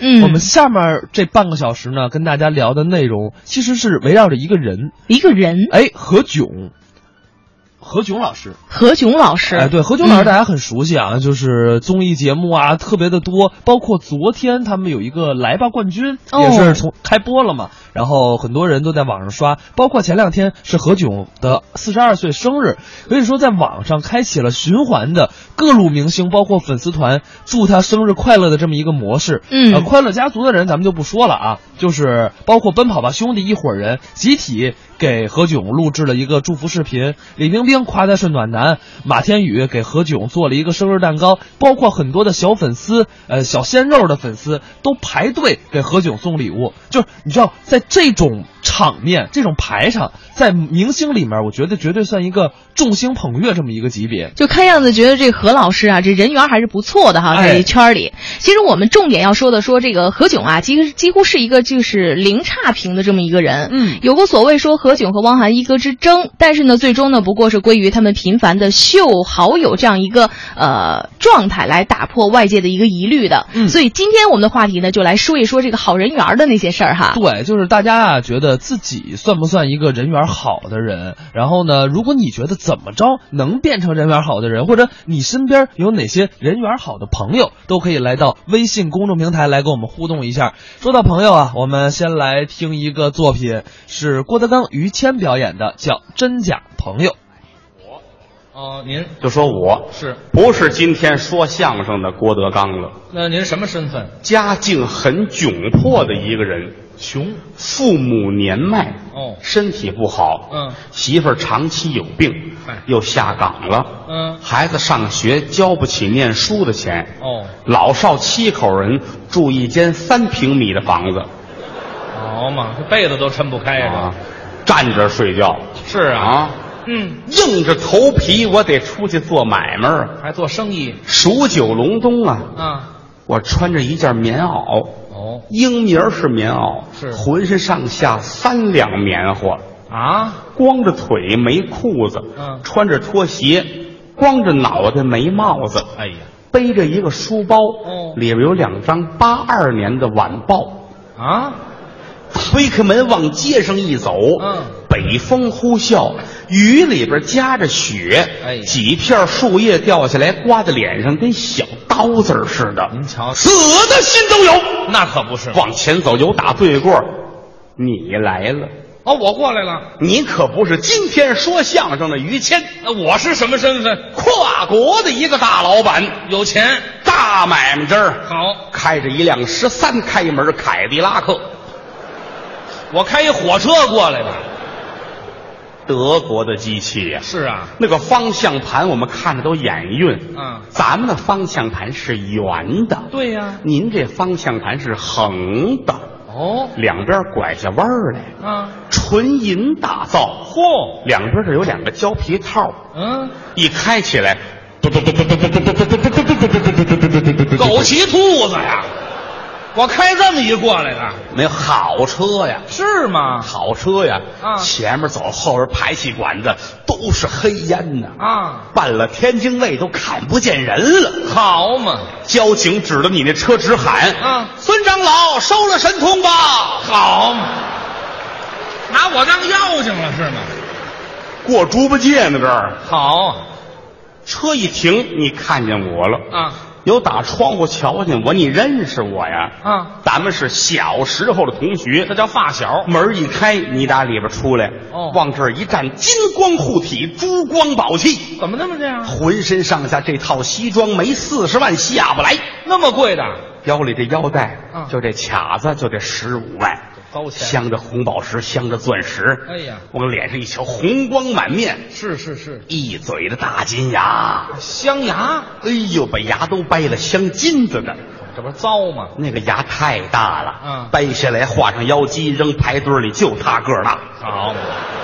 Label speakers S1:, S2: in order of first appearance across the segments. S1: 嗯
S2: 我们下面这半个小时呢，跟大家聊的内容其实是围绕着一个人，
S1: 一个人，
S2: 哎，何炅，何炅老师。
S1: 何炅老师，
S2: 哎，对，何炅老师
S1: 嗯
S2: 大家很熟悉啊，就是综艺节目啊特别的多，包括昨天他们有一个《来吧冠军》，
S1: 哦
S2: 也是从开播了嘛，然后很多人都在网上刷，包括前两天是何炅的四十二岁生日，可以说在网上开启了循环的各路明星，包括粉丝团祝他生日快乐的这么一个模式。
S1: 嗯
S2: 呃，快乐家族的人咱们就不说了啊，就是包括奔跑吧兄弟一伙人集体给何炅录制了一个祝福视频，李冰冰夸他是暖男，马天宇给何炅做了一个生日蛋糕，包括很多的小粉丝，呃，小鲜肉的粉丝都排队给何炅送礼物，就是你知道，在这种场面、这种排场，在明星里面，我觉得绝对算一个众星捧月这么一个级别。
S1: 就看样子觉得这何老师啊，这人缘还是不错的哈，
S2: 哎
S1: 在圈儿里。其实我们重点要说的，说这个何炅啊，其实几乎是一个就是零差评的这么一个人。
S2: 嗯
S1: 有过所谓说何炅和汪涵一哥之争，但是呢，最终呢不过是归于他们频繁的秀好友这样一个呃状态来打破外界的一个疑虑的。
S2: 嗯
S1: 所以今天我们的话题呢，就来说一说这个好人缘儿的那些事儿哈。
S2: 对，就是大家啊，觉得自己算不算一个人缘好的人？然后呢，如果你觉得怎么着能变成人缘好的人，或者你身边有哪些人缘好的朋友，都可以来到微信公众平台来跟我们互动一下。说到朋友啊，我们先来听一个作品，是郭德纲、于谦表演的，叫《真假朋友》。
S3: 哦，您
S4: 就说我
S3: 是
S4: 不是今天说相声的郭德纲了，
S3: 那您什么身份？
S4: 家境很窘迫的一个人，
S3: 熊
S4: 父母年迈，
S3: 哦
S4: 身体不好，
S3: 嗯
S4: 媳妇儿长期有病
S3: 哎，
S4: 又下岗了，
S3: 嗯
S4: 孩子上学交不起念书的钱，
S3: 哦
S4: 老少七口人住一间三平米的房子
S3: 好嘛，这被子都抻不开
S4: 啊，站着睡觉
S3: 哎是
S4: 啊
S3: 啊，嗯，
S4: 硬着头皮我得出去做买卖儿啊，
S3: 还做生意
S4: 数九隆冬啊，
S3: 啊？
S4: 我穿着一件棉袄，
S3: 哦
S4: 英名儿是棉袄，
S3: 是
S4: 浑身上下三两棉花，
S3: 啊，
S4: 光着腿没裤子，
S3: 嗯
S4: 穿着拖鞋，光着脑袋没帽子，
S3: 哎呀
S4: 背着一个书包，
S3: 哦
S4: 里边有两张八二年的晚报。
S3: 啊，
S4: 推开门往街上一走，
S3: 嗯
S4: 北风呼啸，雨里边夹着雪，
S3: 哎
S4: 几片树叶掉下来，刮在脸上跟小刀子儿似的。
S3: 您瞧
S4: 死的心都有。
S3: 那可不是
S4: 往前走，有打对过，你来了，
S3: 哦，我过来了。
S4: 你可不是今天说相声的于谦，
S3: 那我是什么身份？
S4: 跨国的一个大老板，
S3: 有钱
S4: 大买卖这儿，
S3: 好，
S4: 开着一辆十三开门凯迪拉克，
S3: 我开一火车过来的。
S4: 德国的机器呀、
S3: 是啊，
S4: 那个方向盘我们看着都眼晕，
S3: 嗯
S4: 咱们的方向盘是圆的，
S3: 对呀、
S4: 您这方向盘是横的，
S3: 哦
S4: 两边拐下弯儿来，
S3: 啊，
S4: 纯银打造，
S3: 嚯，
S4: 两边这有两个胶皮套，
S3: 嗯，
S4: 一开起来，
S3: 狗骑兔子呀，我开这么一过来的，
S4: 没有好车呀，
S3: 是吗？
S4: 好车呀，
S3: 啊
S4: 前面走，后边排气管子都是黑烟呐，
S3: 啊，
S4: 办了天津卫都看不见人了。
S3: 好嘛。
S4: 交警指着你那车直喊：“
S3: 啊
S4: 孙长老，收了神通吧！”
S3: 好嘛，拿我当妖精了是吗？
S4: 过猪八戒呢，这儿
S3: 好
S4: 车一停，你看见我了，
S3: 啊
S4: 有打窗户瞧见我，你认识我呀？
S3: 啊，
S4: 咱们是小时候的同学，
S3: 这叫发小。
S4: 门一开，你打里边出来，
S3: 哦
S4: 往这儿一站，金光护体，珠光宝气，
S3: 怎么那么这样？
S4: 浑身上下这套西装没四十万下不来，
S3: 那么贵的？
S4: 腰里这腰带，
S3: 啊
S4: 就这卡子，就这十五万，
S3: 高钱
S4: 镶着红宝石，镶着钻石。
S3: 哎呀
S4: 往脸上一瞧，红光满面，
S3: 是是是，
S4: 一嘴的大金牙，
S3: 镶牙，
S4: 哎呦，把牙都掰了，镶金子的。
S3: 这不是糟吗？
S4: 那个牙太大了，
S3: 嗯
S4: 掰下来画上腰肌，扔排堆里，就他个儿大
S3: 好嘛，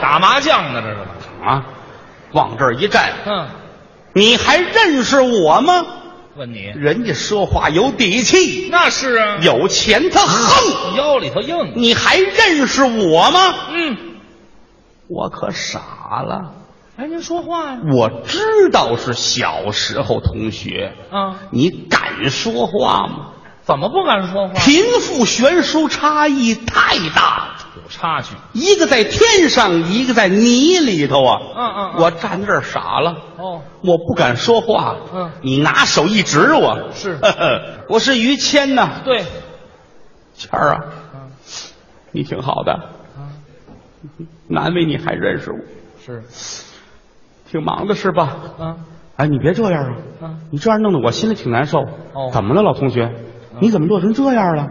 S3: 打麻将呢这是吧？
S4: 啊！往这儿一站，
S3: 嗯，
S4: 你还认识我吗？
S3: 问你，
S4: 人家说话有底气，
S3: 那是啊，
S4: 有钱他横，
S3: 腰里头硬。
S4: 你还认识我吗？
S3: 嗯，
S4: 我可傻了，
S3: 哎，您说话呀？
S4: 我知道是小时候同学，
S3: 啊，
S4: 你敢说话吗？
S3: 怎么不敢说话？
S4: 贫富悬殊差异太大了，
S3: 有差距。
S4: 一个在天上，一个在泥里头啊。
S3: 嗯嗯嗯
S4: 我站这儿傻了，
S3: 哦，
S4: 我不敢说话。
S3: 嗯
S4: 你拿手一指我，
S3: 是
S4: 我是于谦呐，
S3: 对，
S4: 谦儿啊，
S3: 嗯
S4: 你挺好的，
S3: 嗯，
S4: 难为你还认识我，
S3: 是，
S4: 挺忙的是吧？
S3: 嗯
S4: 哎，你别这样啊！
S3: 嗯，
S4: 你这样弄得我心里挺难受。
S3: 哦嗯
S4: 怎么了，老同学？你怎么乐成这样了？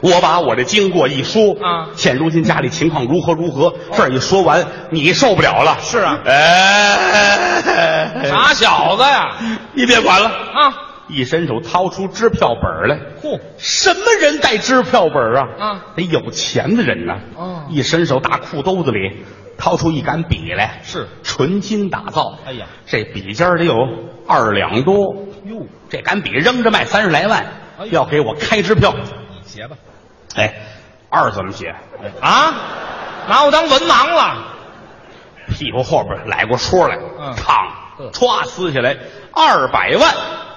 S4: 我把我的经过一说
S3: 啊哦
S4: 现如今家里情况如何如何，这儿一说完，你受不了了。
S3: 是啊
S4: 哎，
S3: 傻小子呀！
S4: 你别管了！
S3: 啊，
S4: 一伸手掏出支票本儿来，
S3: 嚯，
S4: 什么人带支票本儿啊？
S3: 啊，
S4: 得有钱的人呐。
S3: 哦
S4: 一伸手打裤兜子里，掏出一杆笔来，
S3: 是
S4: 纯金打造。
S3: 哎呀，
S4: 这笔尖儿得有二两多。
S3: 哟，
S4: 这杆笔扔着卖三十来万
S3: 哎，呦
S4: 要给我开支票。
S3: 你写吧。
S4: 哎，二怎么写？
S3: 啊，拿我当文盲了？
S4: 屁股后边来过戳来
S3: 嗯，
S4: 烫
S3: 嗯，
S4: 歘撕下来二百万，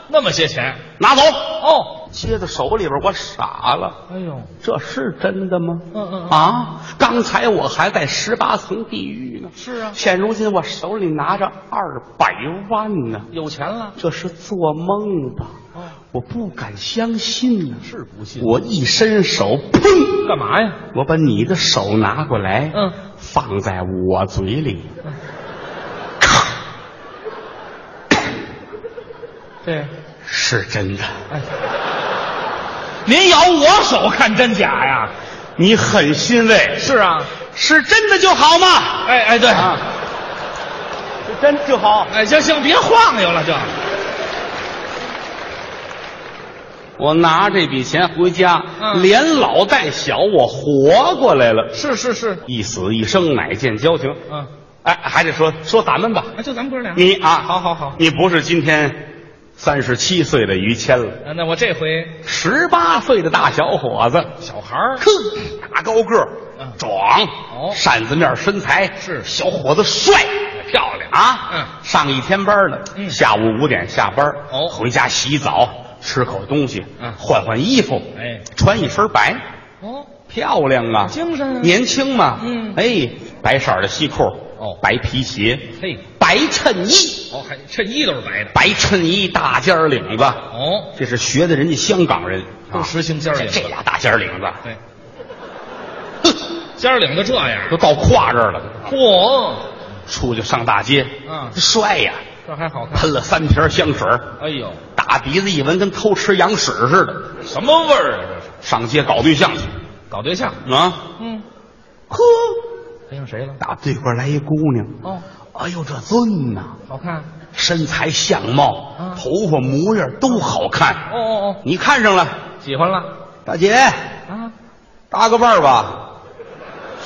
S3: 那么些钱？
S4: 拿走。
S3: 哦，
S4: 接到手里边，我傻了，
S3: 哎呦，
S4: 这是真的吗？
S3: 嗯嗯
S4: 啊，刚才我还在十八层地狱呢。
S3: 是啊
S4: 现如今我手里拿着二百万呢，
S3: 有钱了？
S4: 这是做梦吧？
S3: 哦，
S4: 我不敢相信呢。
S3: 是不信
S4: 我一伸手，砰！
S3: 干嘛呀？
S4: 我把你的手拿过来，
S3: 嗯，
S4: 放在我嘴里，
S3: 对，
S4: 是真的。
S3: 哎您咬我手看真假呀？
S4: 你很欣慰，
S3: 是啊，
S4: 是真的就好嘛？
S3: 哎哎对，
S4: 啊，是真就好。
S3: 哎行行，别晃悠了就。
S4: 我拿这笔钱回家，
S3: 嗯
S4: 连老带小，我活过来了，
S3: 是是是，
S4: 一死一生乃见交情。
S3: 嗯，
S4: 哎，还得说说咱们吧，
S3: 那就咱们哥俩。
S4: 你啊，
S3: 哎好好好
S4: 你不是今天三十七岁的于谦了，
S3: 啊那我这回
S4: 十八岁的大小伙子，
S3: 小孩儿
S4: 哼，大高个儿
S3: 嗯，
S4: 壮，
S3: 哦
S4: 扇子面身材，
S3: 是
S4: 小伙子帅，漂亮啊！
S3: 嗯
S4: 上一天班了，
S3: 嗯
S4: 下午五点下班，
S3: 哦
S4: 回家洗澡，吃口东西，
S3: 嗯
S4: 换换衣服，
S3: 哎
S4: 穿一身白，
S3: 哦，
S4: 漂亮啊，
S3: 精神啊
S4: 年轻嘛，
S3: 嗯
S4: 哎，白色的西裤，
S3: 哦
S4: 白皮鞋，
S3: 嘿，
S4: 白衬衣，
S3: 哦，还衬衣都是白的。
S4: 白衬衣大尖儿领子，
S3: 哦，
S4: 这是学的人家香港人，
S3: 都
S4: 啊
S3: 实行尖儿领子
S4: 这俩大尖儿领子，
S3: 对，
S4: 哼。
S3: 尖儿领子这样。
S4: 都到胯这儿了，
S3: 嚯，
S4: 出去上大街，
S3: 嗯
S4: 帅呀，
S3: 这还好看。
S4: 喷了三瓶香水儿，
S3: 哎呦，
S4: 大鼻子一闻跟偷吃羊屎似的，
S3: 什么味儿啊？这是
S4: 上街搞对象去
S3: 搞对象。
S4: 啊！
S3: 嗯，
S4: 呵，
S3: 跟上谁了？
S4: 打对过来一姑娘，
S3: 哦，
S4: 哎呦这尊呐、
S3: 好看。
S4: 身材相貌、
S3: 嗯
S4: 头发模样都好看，
S3: 哦哦
S4: 你看上了，
S3: 哦，喜欢了
S4: 大姐
S3: 啊？
S4: 搭个伴儿吧，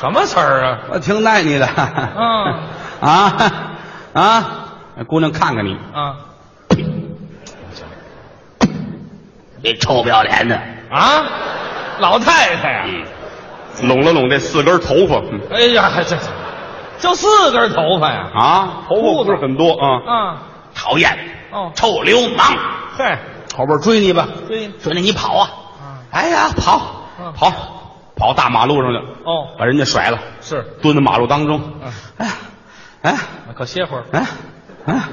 S3: 什么词儿啊？
S4: 我挺爱你的，
S3: 嗯
S4: 啊啊，姑娘看看你，
S3: 啊
S4: 你臭不要脸的。
S3: 啊，老太太呀、
S4: 嗯，拢了拢这四根头发，嗯
S3: 哎呀，这这就四根头发呀、
S4: 啊，头发不是很多啊，
S3: 啊，
S4: 讨厌，
S3: 哦
S4: 臭流氓，
S3: 嘿，
S4: 后边追你吧，
S3: 追你
S4: 追你你跑啊
S3: 啊，
S4: 哎呀，跑
S3: 嗯
S4: 跑跑大马路上去，
S3: 哦，
S4: 把人家甩了，
S3: 是，
S4: 蹲在马路当中
S3: 嗯，
S4: 哎呀，哎呀
S3: 那可歇会儿。
S4: 哎呀哎呀，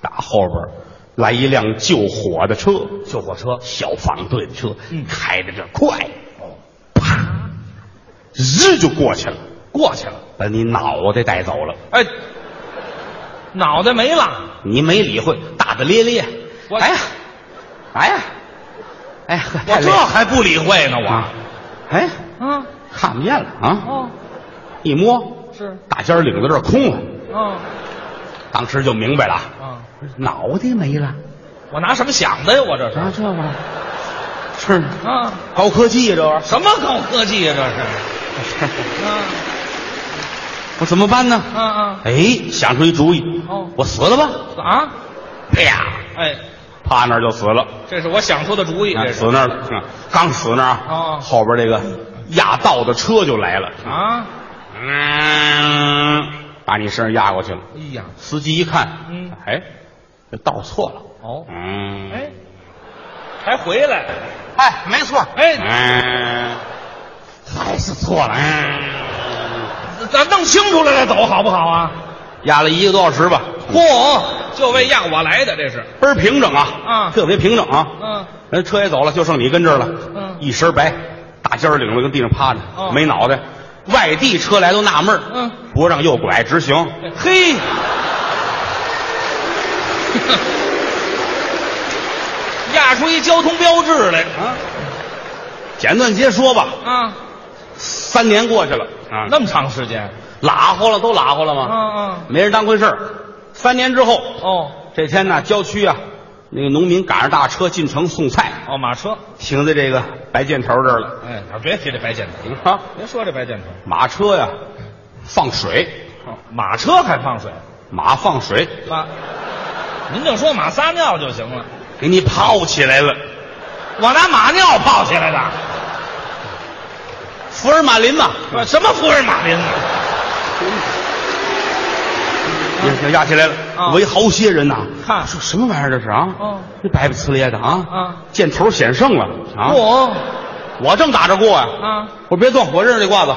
S4: 打后边来一辆救火的车，
S3: 救火车
S4: 消防队的车
S3: 嗯，哦
S4: 开的这快，啪，日就过去了，
S3: 过去了，
S4: 把你脑袋带走了。
S3: 哎，脑袋没了，
S4: 你没理会，大大咧咧。
S3: 我
S4: 哎呀，哎呀，哎呀，
S3: 我这还
S4: 不理会呢，
S3: 我。
S4: 哎，
S3: 啊，
S4: 看不见了啊！
S3: 哦，
S4: 一摸，
S3: 是，
S4: 大尖儿领子这儿空了，
S3: 啊
S4: 当时就明白了，
S3: 啊，
S4: 脑袋没了
S3: 我拿什么想的呀？我这是
S4: 啊！这玩意儿是
S3: 啊，
S4: 高科技呀，这玩意儿
S3: 什么高科技呀、这 是？啊
S4: 我怎么办呢？
S3: 啊啊
S4: 哎，想出一主意
S3: 哦，
S4: 我死了吧！
S3: 啊！
S4: 啪，
S3: 哎，
S4: 趴那儿就死了，
S3: 这是我想出的主意，
S4: 啊
S3: 这
S4: 死
S3: 是
S4: 那儿了，嗯刚死那儿啊
S3: 哦
S4: 后边这个压道的车就来了
S3: 啊！
S4: 嗯，把你身上压过去了。
S3: 哎呀，
S4: 司机一看，
S3: 嗯
S4: 哎，这道错了，
S3: 哦，
S4: 嗯，
S3: 哎，还回来，哎，没错，哎，
S4: 嗯，还是错了。嗯
S3: 咱弄清楚了再走好不好啊？
S4: 压了一个多小时吧，
S3: 嚯，就为压我来的，这是。
S4: 倍儿平整啊，
S3: 啊
S4: 特别平整啊。
S3: 嗯，
S4: 人车也走了，就剩你跟这儿了，
S3: 嗯
S4: 一身白，大尖儿领着跟地上趴着，
S3: 哦
S4: 没脑袋。外地车来都纳闷儿
S3: 嗯，
S4: 不让右拐直行，
S3: 嘿， 压出一交通标志来啊
S4: 简短截说吧，
S3: 啊！
S4: 三年过去了啊，
S3: 那么长时间？
S4: 拉呼了都拉呼了嘛，
S3: 嗯
S4: 没人当回事儿。三年之后，
S3: 嗯，哦
S4: 这天呢，郊区啊，那个农民赶上大车进城送菜，
S3: 哦，马车。
S4: 停在这个白箭头这儿了
S3: 哎，别提这白箭头，
S4: 啊。
S3: 别说这白箭头，哦
S4: 马车呀，放水，
S3: 马车还放水。
S4: 马放水，
S3: 马，您就说马撒尿就行了。
S4: 给你泡起来了。
S3: 我拿马尿泡起来的，
S4: 福尔马林嘛，
S3: 我呃什么福尔马林啊？
S4: 也压起来
S3: 啊
S4: 了，围好些人呐。
S3: 看
S4: 说什么玩意儿这是啊
S3: 哦？
S4: 这白不呲咧的啊！
S3: 啊，
S4: 箭头显圣了啊！
S3: 我
S4: 我正打着过呀，
S3: 啊，
S4: 我说别动，我认识这褂子，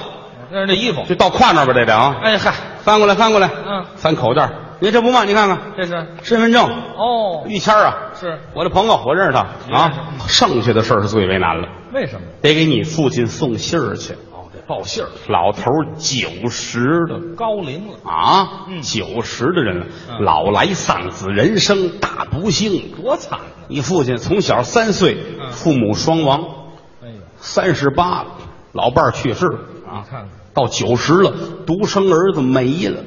S3: 那是这衣服。
S4: 就到胯那儿吧，这得啊。
S3: 哎嗨，
S4: 翻过来，翻过来，
S3: 嗯
S4: 翻口袋儿。你这不慢，你看看
S3: 这是
S4: 身份证，
S3: 哦，嗯
S4: 于谦儿啊，
S3: 是
S4: 我的朋友，我认识他啊。剩下的事儿是最为难了，
S3: 为什么？
S4: 得给你父亲送信儿去。
S3: 哦，得报信儿，
S4: 老头儿九十了。
S3: 高龄了，
S4: 啊
S3: 嗯，
S4: 九十的人了，
S3: 嗯
S4: 老来丧子，人生大不幸。
S3: 多惨！啊
S4: 你父亲从小三岁，
S3: 嗯
S4: 父母双亡，
S3: 哎呀，
S4: 三十八了，老伴儿去世了
S3: 你
S4: 啊，
S3: 看看，
S4: 到九十了，独生儿子没了，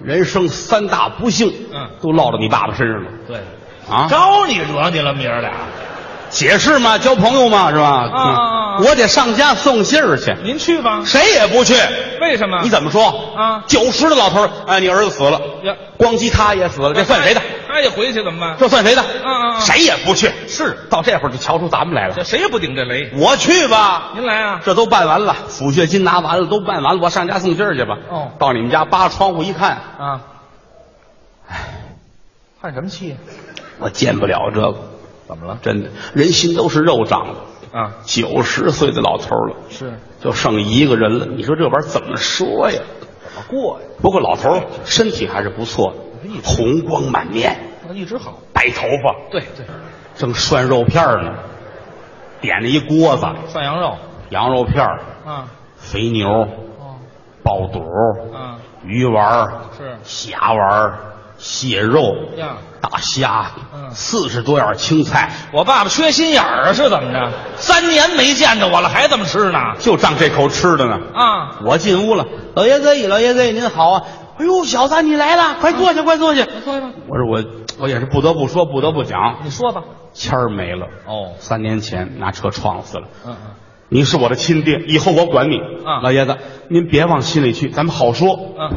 S4: 人生三大不幸，
S3: 嗯
S4: 都落到你爸爸身上了
S3: 对，
S4: 啊。
S3: 招你惹你了，明儿俩，
S4: 解释嘛，交朋友嘛，是吧？
S3: 啊啊啊
S4: 嗯我得上家送信儿去，
S3: 您去吧。
S4: 谁也不去。
S3: 为什么？
S4: 你怎么说
S3: 嗯啊
S4: 九十的老头儿，哎，你儿子死了
S3: 呀，
S4: 光鸡他也死了，这算谁的？
S3: 他也回去怎么办？
S4: 这算谁的？
S3: 嗯嗯
S4: 谁也不去。是到这会儿就瞧出咱们来
S3: 这
S4: 了。
S3: 谁也不顶这雷。
S4: 我去吧，
S3: 您来啊？
S4: 这都办完了，抚恤金拿完了，都办完了，我上家送信儿去吧。
S3: 哦
S4: 到你们家扒窗户一看，
S3: 啊，唉，哎叹什么气呀？
S4: 我见不了这个，
S3: 怎么了？
S4: 真的，人心都是肉长的。
S3: 啊，
S4: 九十岁的老头儿了，
S3: 是
S4: 就剩一个人了，你说这玩意儿怎么说呀？
S3: 怎么啊过呀？
S4: 不过老头儿身体还是不错
S3: 哎
S4: 的，红光满面，
S3: 他一直好。
S4: 白头发，
S3: 对对，
S4: 正涮肉片儿呢，点了一锅子
S3: 涮羊肉
S4: 羊肉片儿
S3: 啊，
S4: 肥牛、
S3: 哦，
S4: 爆肚、
S3: 啊，
S4: 鱼丸儿、
S3: 是
S4: 虾丸儿、蟹肉、
S3: 呀。
S4: 大虾
S3: 嗯，
S4: 四十多样青菜，
S3: 我爸爸缺心眼儿啊，是怎么着？三年没见着我了，还这么吃呢？
S4: 就仗这口吃的呢。
S3: 啊，
S4: 我进屋了，老爷子，老爷子您好啊！哎呦，小子你来了，快坐下，快坐下。
S3: 说吧，
S4: 我说我我也是不得不说，不得不讲，
S3: 你说吧。
S4: 谦儿没了，
S3: 哦，
S4: 三年前拿车撞死了。
S3: 嗯嗯，
S4: 您是我的亲爹，以后我管你。
S3: 啊
S4: 老爷子，您别往心里去，咱们好说。
S3: 嗯，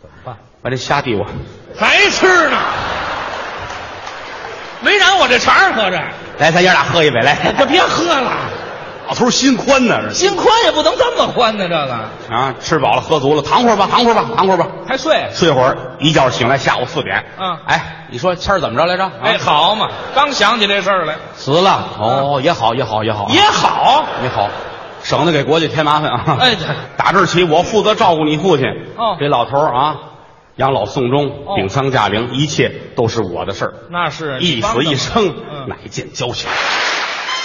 S3: 怎么办？
S4: 把这虾递我，
S3: 还吃呢？没染我这肠儿，合着
S4: 来，咱爷俩喝一 杯，来。
S3: 可别喝了，
S4: 老头儿心宽呢，这是
S3: 心宽也不能这么宽呢，这个
S4: 啊，吃饱了喝足了，躺会儿吧，躺会儿吧，躺会儿吧。
S3: 还睡？啊
S4: 睡会儿，一觉醒来，下午四点。
S3: 嗯
S4: 哎，你说谦儿怎么着来着？啊
S3: 哎，，好嘛，刚想起这事儿来，
S4: 死了。哦，也好，也好，也好，
S3: 也好。
S4: 也好，省得给国家添麻烦啊。
S3: 哎对
S4: 打这儿起，我负责照顾你父亲。
S3: 哦
S4: 这老头儿啊，养老送
S3: 哦
S4: 终，顶丧驾龄，一切都是我的事儿。
S3: 那是
S4: 一死一生，
S3: 嗯
S4: 乃见交情。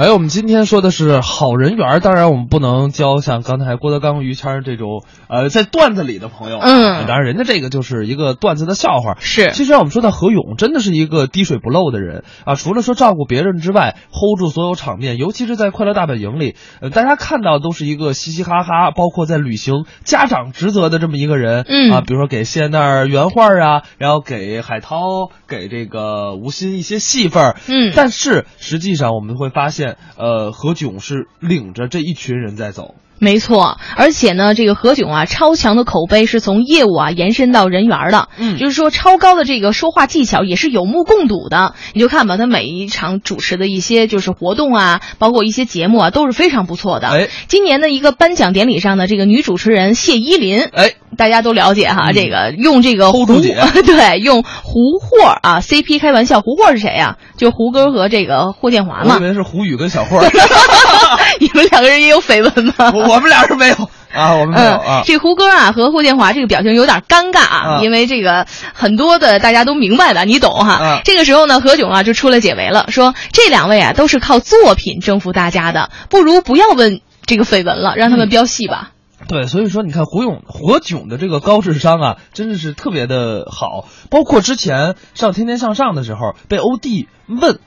S2: 哎，我们今天说的是好人缘儿，当然我们不能教像刚才郭德纲、于谦儿这种呃在段子里的朋友，啊
S1: 嗯
S2: 当然人家这个就是一个段子的笑话。
S1: 是
S2: 其实让我们说到何勇，真的是一个滴水不漏的人啊，除了说照顾别人之外，hold 住所有场面，尤其是在《快乐大本营》里，呃，大家看到都是一个嘻嘻哈哈，包括在履行家长职责的这么一个人，
S1: 嗯
S2: 啊，比如说给谢娜儿原画儿啊，然后给海涛、给这个吴昕一些戏份儿，
S1: 嗯
S2: 但是实际上我们会发现。现，呃，何炅是领着这一群人在走。
S1: 没错，而且呢，这个何炅啊，超强的口碑是从业务啊延伸到人缘的，
S2: 嗯
S1: 就是说超高的这个说话技巧也是有目共睹的。你就看吧，他每一场主持的一些就是活动啊，包括一些节目啊，都是非常不错的。
S2: 哎
S1: 今年的一个颁奖典礼上呢，这个女主持人谢依霖，
S2: 哎，
S1: 大家都了解哈，
S2: 嗯
S1: 这个用这个胡
S2: Hold 住姐
S1: 对，用胡霍儿啊 CP 开玩笑，胡霍儿是谁呀、就胡歌和这个霍建华
S2: 我
S1: 嘛
S2: 以。为是胡宇跟小霍儿，
S1: 你们两个人也有绯闻吗？
S2: 我我们俩是没有啊，我们没有啊
S1: 嗯，。这胡歌啊和霍建华这个表情有点尴尬啊，
S2: 啊
S1: 因为这个很多的大家都明白的，你懂哈。
S2: 啊
S1: 这个时候呢，何炅啊就出来解围了，说这两位啊都是靠作品征服大家的，不如不要问这个绯闻了，让他们飙戏吧。
S2: 对，所以说你看胡勇何炅的这个高智商啊，真的是特别的好。包括之前上《天天向上》的时候，被欧弟问，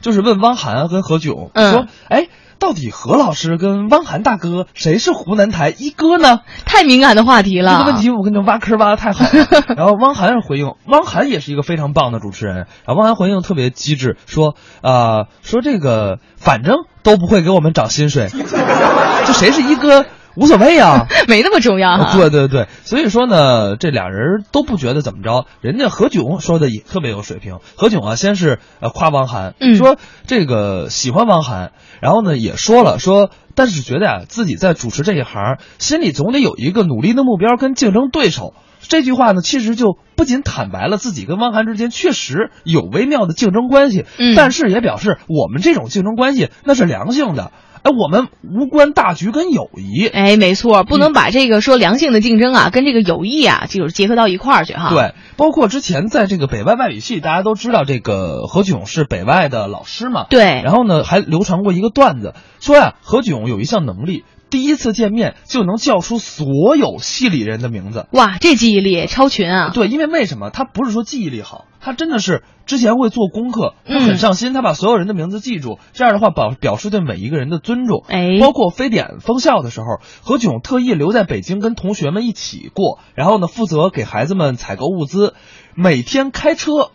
S2: 就是问汪涵啊跟何炅、
S1: 嗯
S2: 说，哎，到底何老师跟汪涵大哥谁是湖南台一哥呢？
S1: 太敏感的话题
S2: 这
S1: 了。
S2: 个问题我跟你们挖坑挖的太好了。然后汪涵回应，汪涵也是一个非常棒的主持人。然后汪涵回应特别机智，说啊、呃说这个反正都不会给我们涨薪水，就谁是一哥无所谓啊。
S1: 没那么重要哈。
S2: 对对对，所以说呢，这俩人都不觉得怎么着，人家何炅说的也特别有水平。何炅啊，先是呃夸汪涵，
S1: 嗯
S2: 说这个喜欢汪涵，然后呢也说了说，但是觉得呀、自己在主持这一行，心里总得有一个努力的目标跟竞争对手。这句话呢，其实就不仅坦白了自己跟汪涵之间确实有微妙的竞争关系，
S1: 嗯
S2: 但是也表示我们这种竞争关系那是良性的，哎，我们无关大局跟友谊。
S1: 哎，没错，不能把这个说良性的竞争啊，跟这个友谊啊，就是结合到一块儿去哈。，
S2: 对，包括之前在这个北外外语系，大家都知道这个何炅是北外的老师嘛。
S1: 对
S2: 然后呢，还流传过一个段子，说呀、何炅有一项能力，第一次见面就能叫出所有系里人的名字。
S1: 哇，这记忆力超群啊！
S2: 对，因为为什么他不是说记忆力好，他真的是之前会做功课，他
S1: 嗯
S2: 很上心，他把所有人的名字记住，这样的话表表示对每一个人的尊重。
S1: 哎
S2: 包括非典封校的时候，何炅特意留在北京跟同学们一起过，然后呢负责给孩子们采购物资，每天开车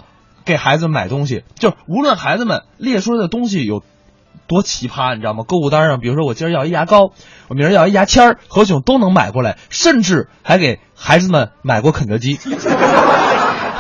S2: 给孩子们买东西，就是无论孩子们列出来的东西有。多奇葩，你知道吗？购物单上，比如说我今儿要一牙膏，我明儿要一牙签儿，何炅都能买过来，甚至还给孩子们买过肯德基。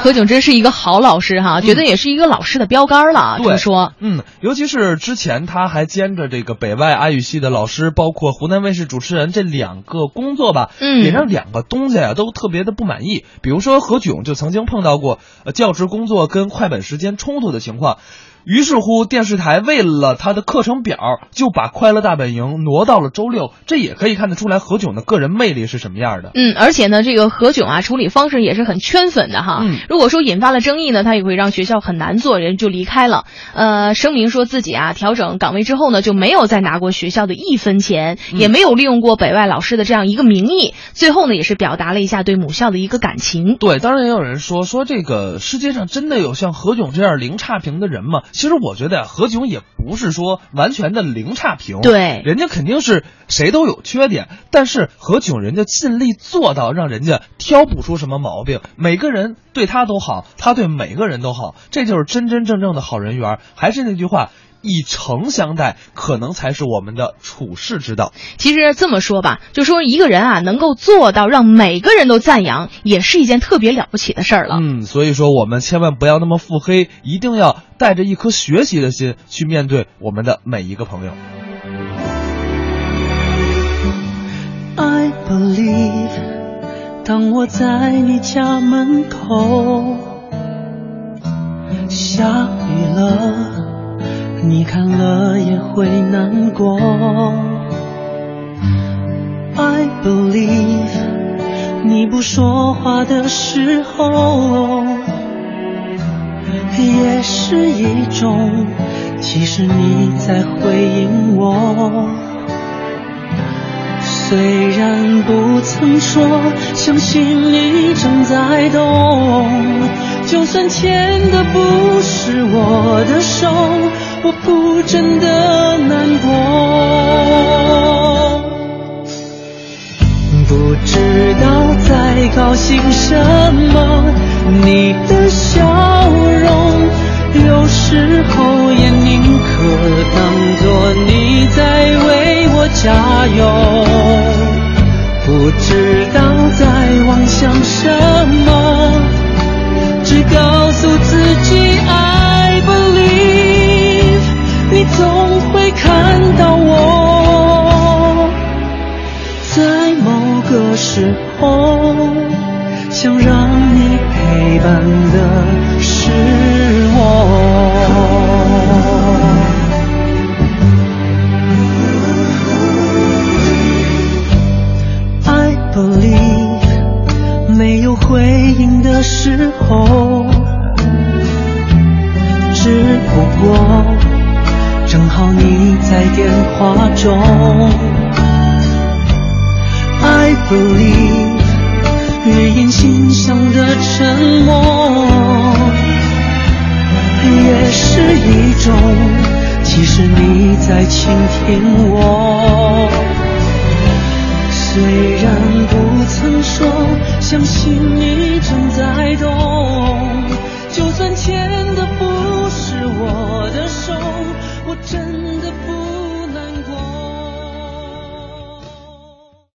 S1: 何炅真是一个好老师哈，觉得也是一个老师的标杆了啊。这么
S2: 嗯对
S1: 说，
S2: 嗯，尤其是之前他还兼着这个北外阿语系的老师，包括湖南卫视主持人这两个工作吧，
S1: 嗯
S2: 也让两个东家呀、都特别的不满意。比如说何炅就曾经碰到过呃教职工作跟快本时间冲突的情况，于是乎电视台为了他的课程表，就把《快乐大本营》挪到了周六，这也可以看得出来何炅的个人魅力是什么样的。
S1: 嗯，而且呢，这个何炅啊，处理方式也是很圈粉的哈。
S2: 嗯
S1: 如果说引发了争议呢，他也会让学校很难做，人就离开了。呃，声明说自己啊调整岗位之后呢，就没有再拿过学校的一分钱，也没有利用过北外老师的这样一个名义。最后呢，也是表达了一下对母校的一个感情。
S2: 对，当然也有人说说这个世界上真的有像何炅这样零差评的人吗？其实我觉得呀，何炅也不是说完全的零差评，
S1: 对
S2: 人家肯定是谁都有缺点，但是何炅人家尽力做到让人家挑不出什么毛病，每个人对他都好，他对每个人都好，这就是真真正正的好人缘儿。还是那句话。以诚相待，可能才是我们的处世之道。
S1: 其实这么说吧，就说一个人啊能够做到让每个人都赞扬，也是一件特别了不起的事儿了。
S2: 嗯，所以说我们千万不要那么腹黑，一定要带着一颗学习的心去面对我们的每一个朋友。
S5: I believe，当我在你家门口，下雨了，你看了也会难过。I believe，你不说话的时候，也是一种，其实你在回应我。虽然不曾说，相信你正在懂。就算牵的不是我的手，我不真的难过。不知道在高兴什么，你的笑容有时候也宁可当作不知道在妄想什么，只告诉自己 I believe，你总会看到我，在某个时候，想让你陪伴的是我。I believe，没有回应的时候，只不过正好你在电话中。I believe，语言信箱的沉默，也是一种，其实你在倾听我。虽然不曾说，相信你正在懂，就算牵。